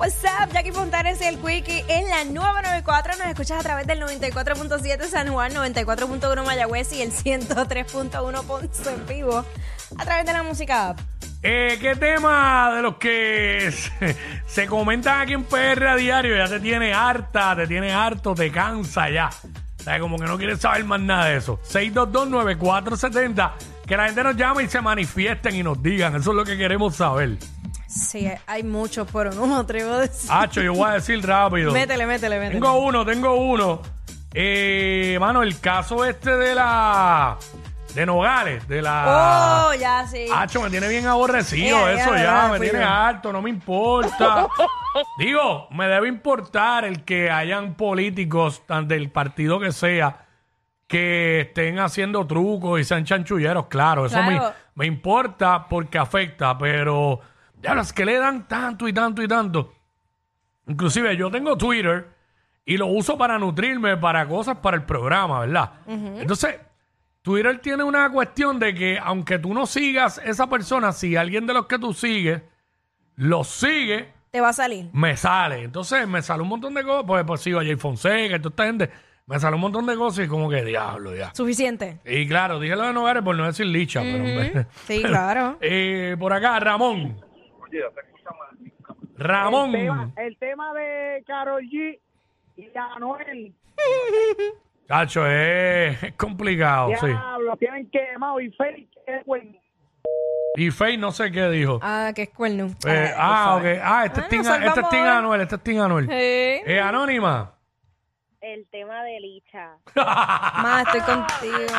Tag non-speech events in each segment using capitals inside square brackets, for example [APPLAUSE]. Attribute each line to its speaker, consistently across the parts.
Speaker 1: What's up, Jackie Fontanes y el Quickie en la nueva 94. Nos escuchas a través del 94.7 San Juan, 94.1 Mayagüez y el 103.1 Ponce en vivo a través de la música app.
Speaker 2: Eh, ¿Qué tema de los que se, se comentan aquí en PR a diario? Ya te tiene harta, te tiene harto, te cansa ya. O sea, como que no quieres saber más nada de eso. 6229470. Que la gente nos llame y se manifiesten y nos digan. Eso es lo que queremos saber.
Speaker 1: Sí, hay muchos, pero no me atrevo a decir.
Speaker 2: Hacho, yo voy a decir rápido.
Speaker 1: Métele, métele, métele.
Speaker 2: Tengo uno, tengo uno. Eh, mano, el caso este de la. de Nogales, de la.
Speaker 1: Oh, ya sí. Eh,
Speaker 2: Hacho, me tiene bien aborrecido
Speaker 1: Mira, ya,
Speaker 2: eso ya,
Speaker 1: ya,
Speaker 2: me
Speaker 1: fui
Speaker 2: tiene
Speaker 1: yo.
Speaker 2: harto, no
Speaker 1: [LAUGHS]
Speaker 2: me importa. Digo, me debe importar el que hayan políticos, tan del partido que sea, que estén haciendo trucos y sean chanchulleros, claro, eso me-
Speaker 1: Claro.
Speaker 2: Me, importa porque afecta, pero ya las que le dan tanto y tanto y tanto. Inclusive yo tengo Twitter y lo uso para nutrirme, para cosas, para el programa, ¿verdad? Entonces, Twitter tiene una cuestión de que aunque tú no sigas esa persona, si alguien de los que tú sigues los sigue,
Speaker 1: Te va a salir.
Speaker 2: me sale. Entonces me sale un montón de cosas. Pues, pues sigo a Jay Fonseca y toda esta gente. Me sale un montón de cosas y como que diablo ya.
Speaker 1: Suficiente.
Speaker 2: Y claro, dije lo de Nogares por no decir licha, pero hombre. [LAUGHS]
Speaker 1: Sí, claro.
Speaker 2: Eh, por acá, Ramón. Ramón.
Speaker 3: tema- el tema de Carol G y Anuel,
Speaker 2: Cacho, eh, es complicado,
Speaker 3: ya
Speaker 2: sí.
Speaker 3: lo tienen quemado y fake es bueno.
Speaker 2: Y Faye no sé qué dijo.
Speaker 1: Ah, que es cuerno.
Speaker 2: Eh, ah, ok. Ah, este es
Speaker 1: Ah,
Speaker 2: Tim
Speaker 1: nos
Speaker 2: este es
Speaker 1: salvamos
Speaker 2: Tim
Speaker 1: ahora.
Speaker 2: Anuel, este es Tim Anuel. [LAUGHS] Eh, anónima.
Speaker 4: el tema de Licha.
Speaker 2: Ah.
Speaker 1: Más, estoy contigo.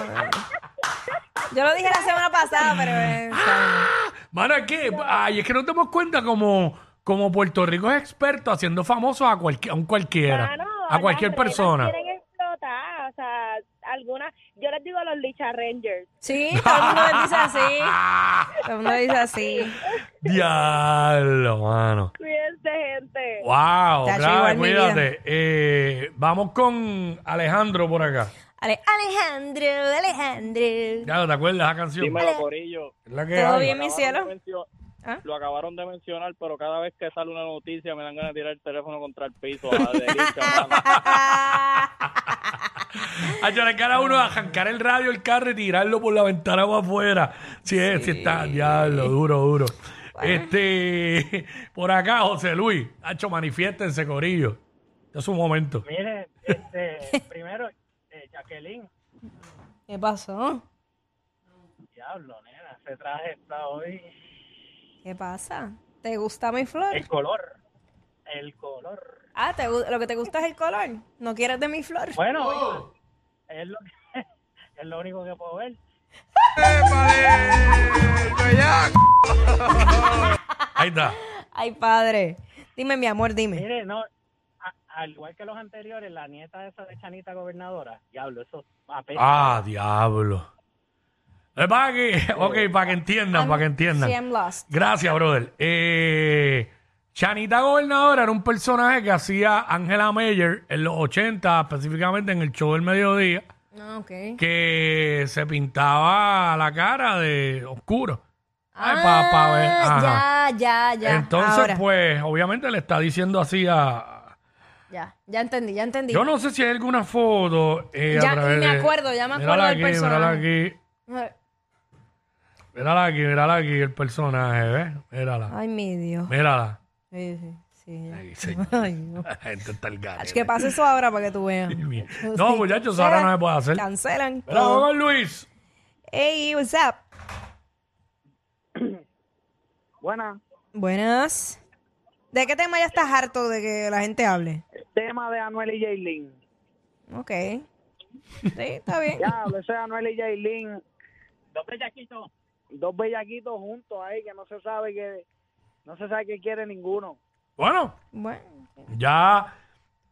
Speaker 1: Yo lo dije la semana pasada, pero... eh, o sea,
Speaker 2: Mano, es que, ay, es que no te damos cuenta como, como Puerto Rico es experto haciendo famosos a, cualqui- a un cualquiera,
Speaker 4: Claro,
Speaker 2: a cualquier
Speaker 4: las reinas
Speaker 2: persona.
Speaker 4: Quieren explotar, o sea, algunas, yo les digo a los Licha Rangers.
Speaker 1: sí, todo el mundo les dice así.
Speaker 2: ¡Ah!
Speaker 1: Todo el mundo dice así.
Speaker 2: Diablo, mano.
Speaker 4: Cuídense, gente.
Speaker 2: Wow,
Speaker 1: Tacho,
Speaker 2: grave,
Speaker 1: igual mi vida.
Speaker 2: cuídate. Eh, vamos con Alejandro por acá.
Speaker 1: Ale- Alejandro, Alejandro.
Speaker 2: Ya, ¿te acuerdas de esa canción?
Speaker 5: Dímelo, Corillo.
Speaker 2: Es la que
Speaker 1: ¿Todo
Speaker 2: habla.
Speaker 1: bien, mi cielo?
Speaker 5: Mencio-
Speaker 1: ¿Ah?
Speaker 5: Lo acabaron de mencionar, pero cada vez que sale una noticia me dan ganas de tirar el teléfono contra el piso.
Speaker 1: [LAUGHS]
Speaker 5: a la derecha, mano.
Speaker 2: Ay, Ah, yo le cara a uno a arrancar el radio, el carro y tirarlo por la ventana para afuera. Sí, es, sí está, diablo, duro, duro. Este, [LAUGHS] por acá, José Luis, Hacho, manifiéstense, Corillo. Este Es un momento.
Speaker 3: Mire, este, primero, eh, Jacqueline,
Speaker 1: ¿Qué pasó?
Speaker 3: diablo, nena, ese traje está hoy.
Speaker 1: ¿Qué pasa? ¿Te gusta mi flor?
Speaker 3: El color, el color.
Speaker 1: Ah, te gu- lo que te gusta es el color. ¿No quieres de mi flor?
Speaker 3: Bueno, es, lo, es lo único que puedo ver.
Speaker 2: Ahí está.
Speaker 1: Ay, padre. Dime, mi amor, dime.
Speaker 3: Mire, no, a- al igual que los anteriores, la nieta esa de Chanita Gobernadora, diablo, eso apesta.
Speaker 2: Ah, diablo. Es para que, ok, para que entiendan, para que
Speaker 1: Sí,
Speaker 2: entiendan.
Speaker 1: I'm lost.
Speaker 2: Gracias, brother. Eh, Chanita Gobernadora era un personaje que hacía Angela Mayer en los 80, específicamente en el show del mediodía.
Speaker 1: Ah, ok.
Speaker 2: que se pintaba la cara de oscuro. Ay, pa- pa ver, ajá.
Speaker 1: Ah, ya, ya, ya.
Speaker 2: Entonces,
Speaker 1: Ahora,
Speaker 2: pues, obviamente le está diciendo así a...
Speaker 1: Ya, ya entendí, ya entendí.
Speaker 2: Yo no sé si hay alguna foto... eh, a
Speaker 1: Ya,
Speaker 2: través
Speaker 1: me
Speaker 2: de-
Speaker 1: acuerdo, ya me acuerdo
Speaker 2: Mírala
Speaker 1: del
Speaker 2: aquí,
Speaker 1: personaje.
Speaker 2: Mírala aquí, mírala aquí, mírala aquí el personaje, ¿ves? Mírala,
Speaker 1: Ah. Ay, mi Dios.
Speaker 2: mírala. [LAUGHS]
Speaker 1: Sí, sí, sí. [LAUGHS]
Speaker 2: Ay, señor.
Speaker 6: Ay, no.
Speaker 2: La gente está al garete.
Speaker 1: Que pase eso ahora para que tú
Speaker 2: [LAUGHS]
Speaker 1: veas.
Speaker 2: No, muchachos, ahora no se puede hacer.
Speaker 1: Cancelan.
Speaker 2: Pero vamos con Luis.
Speaker 1: Hey, what's up?
Speaker 3: Buena.
Speaker 1: Buenas. ¿De qué tema ya estás harto de que la gente hable?
Speaker 3: Tema de Anuel y Jaylin.
Speaker 1: Ok. Sí, está bien.
Speaker 3: Ya, ese Anuel y Jaylin. Dos bellaquitos. Dos bellaquitos juntos ahí que no se sabe que no se sabe qué quiere ninguno.
Speaker 2: Bueno,
Speaker 1: Bueno,
Speaker 2: ya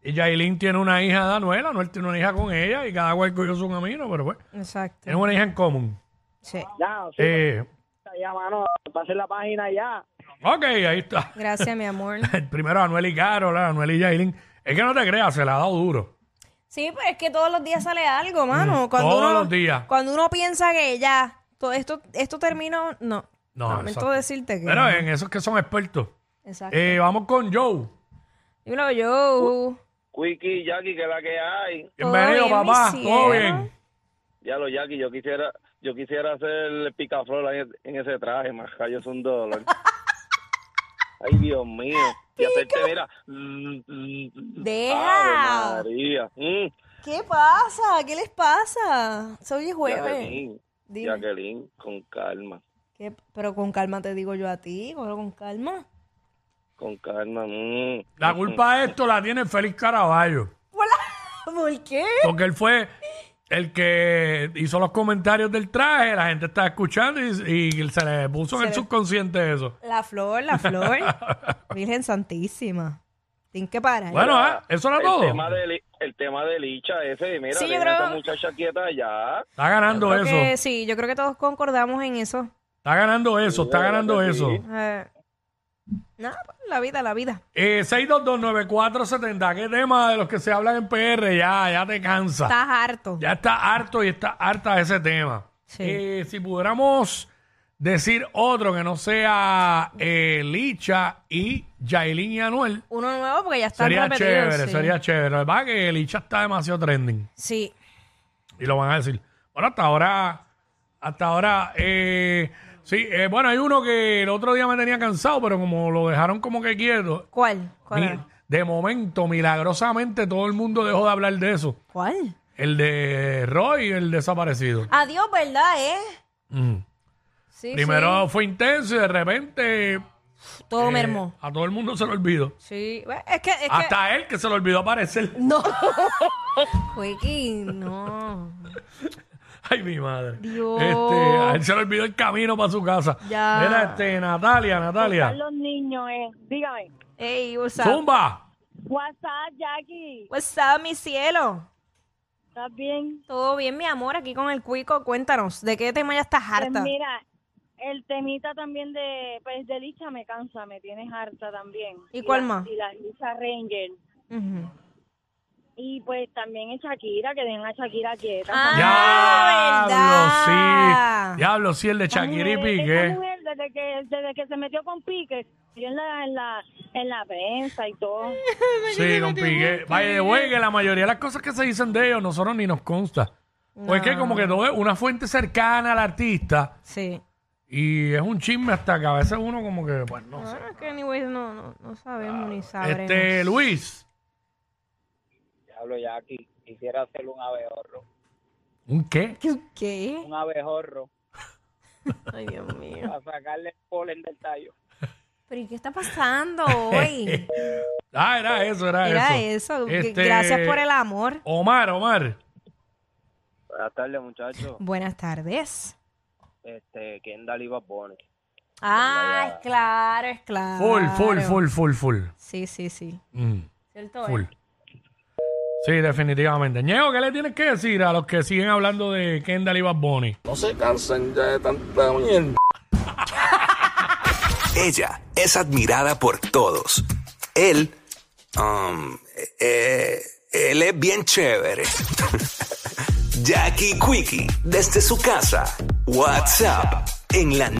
Speaker 2: Yailin tiene una hija de Anuel, Anuel tiene una hija con ella y cada cual cogió su camino, pero bueno,
Speaker 1: exacto.
Speaker 2: tienen una hija en común.
Speaker 1: Sí.
Speaker 3: Ya, o sea,
Speaker 2: Eh,
Speaker 3: ya mano, pasé la página ya.
Speaker 2: ok, ahí está. [LAUGHS]
Speaker 1: Gracias, mi amor.
Speaker 2: El primero Anuel y Carol, Anuel y Yailin. Es que no te creas, se la ha dado duro.
Speaker 1: Sí, pero es que todos los días sale algo, mano. cuando
Speaker 2: Mm, todos
Speaker 1: uno,
Speaker 2: los días.
Speaker 1: Cuando uno piensa que ya, todo esto, esto terminó, no.
Speaker 2: No,
Speaker 1: Lamento
Speaker 2: exacto.
Speaker 1: decirte que.
Speaker 2: Pero
Speaker 1: no.
Speaker 2: en esos que son expertos.
Speaker 1: Exacto.
Speaker 2: Eh, uh, vamos con Joe.
Speaker 1: Dímelo yo.
Speaker 5: Quickie, Jackie, que es la que hay.
Speaker 1: bien,
Speaker 2: Bienvenido,
Speaker 1: mi
Speaker 2: papá. Todo
Speaker 1: cielo.
Speaker 2: bien.
Speaker 5: Ya lo, Jackie, yo quisiera yo quisiera hacer el picaflor ahí en ese traje, más callos un
Speaker 1: [LAUGHS]
Speaker 5: dólar. Ay, Dios mío. Y hacerte, mira.
Speaker 1: Deja.
Speaker 5: Ave María. Mm.
Speaker 1: ¿Qué pasa? ¿Qué les pasa? Se oye jueves.
Speaker 5: Jacqueline,
Speaker 1: Pues, Dime.
Speaker 5: Jacqueline, con calma.
Speaker 1: ¿Qué? Pero con calma te digo yo a ti, cógelo con calma.
Speaker 5: Con calma. mm.
Speaker 2: La culpa de esto la tiene Félix Caraballo.
Speaker 1: ¿Por qué?
Speaker 2: Porque él fue el que hizo los comentarios del traje, la gente está escuchando y, y se le puso en el subconsciente eso.
Speaker 1: La flor, la flor.
Speaker 2: [LAUGHS]
Speaker 1: Virgen Santísima. Tienes que parar.
Speaker 2: Bueno, ah, eso era
Speaker 5: el
Speaker 2: todo.
Speaker 5: Tema de, Li- el tema de Licha ese, mira,
Speaker 1: Sí, yo
Speaker 5: deja
Speaker 1: creo-
Speaker 5: a esa muchacha quieta allá.
Speaker 2: Está ganando
Speaker 1: Creo
Speaker 2: eso.
Speaker 1: que sí, yo creo que todos concordamos en eso.
Speaker 2: Está ganando eso, está
Speaker 5: Sí, la
Speaker 2: ganando
Speaker 5: verdad que
Speaker 2: eso.
Speaker 5: sí.
Speaker 1: Eh, no, la vida, la vida.
Speaker 2: Eh, 6229470, ¿qué tema de los que se hablan en PR? Ya, ya te cansa.
Speaker 1: Estás harto.
Speaker 2: Ya está harto y está harta de ese tema.
Speaker 1: Sí.
Speaker 2: Eh, si pudiéramos decir otro que no sea eh, Licha y Yailin y Anuel,
Speaker 1: Uno nuevo porque ya está
Speaker 2: sería
Speaker 1: repetidos.
Speaker 2: chévere,
Speaker 1: sí.
Speaker 2: sería chévere. Lo que pasa es que Licha está demasiado trending.
Speaker 1: Sí.
Speaker 2: Y lo van a decir. Bueno, hasta ahora, hasta ahora, eh, sí, eh, bueno, hay uno que el otro día me tenía cansado, pero como lo dejaron como que quieto,
Speaker 1: ¿Cuál? ¿Cuál?
Speaker 2: mi-
Speaker 1: era?
Speaker 2: de momento, milagrosamente, todo el mundo dejó de hablar de eso.
Speaker 1: ¿Cuál?
Speaker 2: El de Roy, el desaparecido.
Speaker 1: Adiós, ¿verdad, eh?
Speaker 2: Mm.
Speaker 1: Ah, Sí,
Speaker 2: Primero fue intenso y de repente eh,
Speaker 1: sí. Todo mermó.
Speaker 2: a todo el mundo se le olvidó.
Speaker 1: Sí. Bueno, Es que, es que-
Speaker 2: Hasta a él que se le olvidó aparecer. [LAUGHS]
Speaker 1: No. [LAUGHS] Quickie, no.
Speaker 2: Ay, mi madre.
Speaker 1: Dios.
Speaker 2: Este, a él se le olvidó el camino para su casa.
Speaker 1: Ya.
Speaker 2: Mira, este, Natalia, Natalia.
Speaker 4: Los niños, eh. Dígame.
Speaker 1: Ey, what's up?
Speaker 2: Zumba.
Speaker 4: WhatsApp, Jackie.
Speaker 1: What's up, mi cielo?
Speaker 4: ¿Estás bien?
Speaker 1: Todo bien, mi amor, aquí con el cuico. Cuéntanos, ¿de qué tema ya estás harta?
Speaker 4: Pues mira, el temita también de, pues de Licha me cansa, me tienes harta también.
Speaker 1: ¿Y cuál
Speaker 4: la-
Speaker 1: más?
Speaker 4: Y la Licha Ranger.
Speaker 1: Ujú.
Speaker 4: Y pues también es Shakira, que den a Shakira quieta.
Speaker 1: Ah,
Speaker 2: Diablo,
Speaker 1: ¿verdad?
Speaker 2: sí. Diablo, sí, el de
Speaker 4: Esa
Speaker 2: Shakira y
Speaker 4: mujer- esa
Speaker 2: Piqué.
Speaker 4: mujer, desde que, desde que se metió con Piqué, yo en la, en la, en la prensa y todo.
Speaker 2: Sí, con Piqué. Vaya de güey, que la mayoría de las cosas que se dicen de ellos nosotros ni nos consta. Pues es que como que todo es una fuente cercana al artista
Speaker 1: Sí.
Speaker 2: y es un chisme hasta que a veces uno como que, pues no sé.
Speaker 1: Bueno, es que anyways, no, no, no sabemos ni sabremos.
Speaker 2: Este, Luis,
Speaker 3: Diablo, Jackie, quisiera hacer un abejorro.
Speaker 2: ¿un qué?
Speaker 1: ¿Qué- [LAUGHS] ¿Qué?
Speaker 3: Un abejorro
Speaker 1: Ay, Dios mío.
Speaker 3: para sacarle el polen del tallo.
Speaker 1: ¿Pero y qué está pasando hoy?
Speaker 2: Ah, era eso, [LAUGHS] era,
Speaker 1: Era
Speaker 2: eso.
Speaker 1: eso. G-
Speaker 2: Este,
Speaker 1: Gracias por el amor.
Speaker 2: Omar, Omar.
Speaker 5: Buenas tardes, muchachos.
Speaker 1: Buenas tardes.
Speaker 5: Este, Kendall y Bad Bunny.
Speaker 1: Ah, es claro, es claro.
Speaker 2: Full, full, full, full, full.
Speaker 1: Sí, sí, sí.
Speaker 2: Mm,
Speaker 1: ¿Cierto?
Speaker 2: full. Sí, definitivamente. Ñego, ¿qué le tienes que decir a los que siguen hablando de Kendall y Bad Bunny?
Speaker 7: Ella es admirada por todos. Él, um, eh, él es bien chévere. [LAUGHS] Jackie Quickie, desde su casa. WhatsApp, en la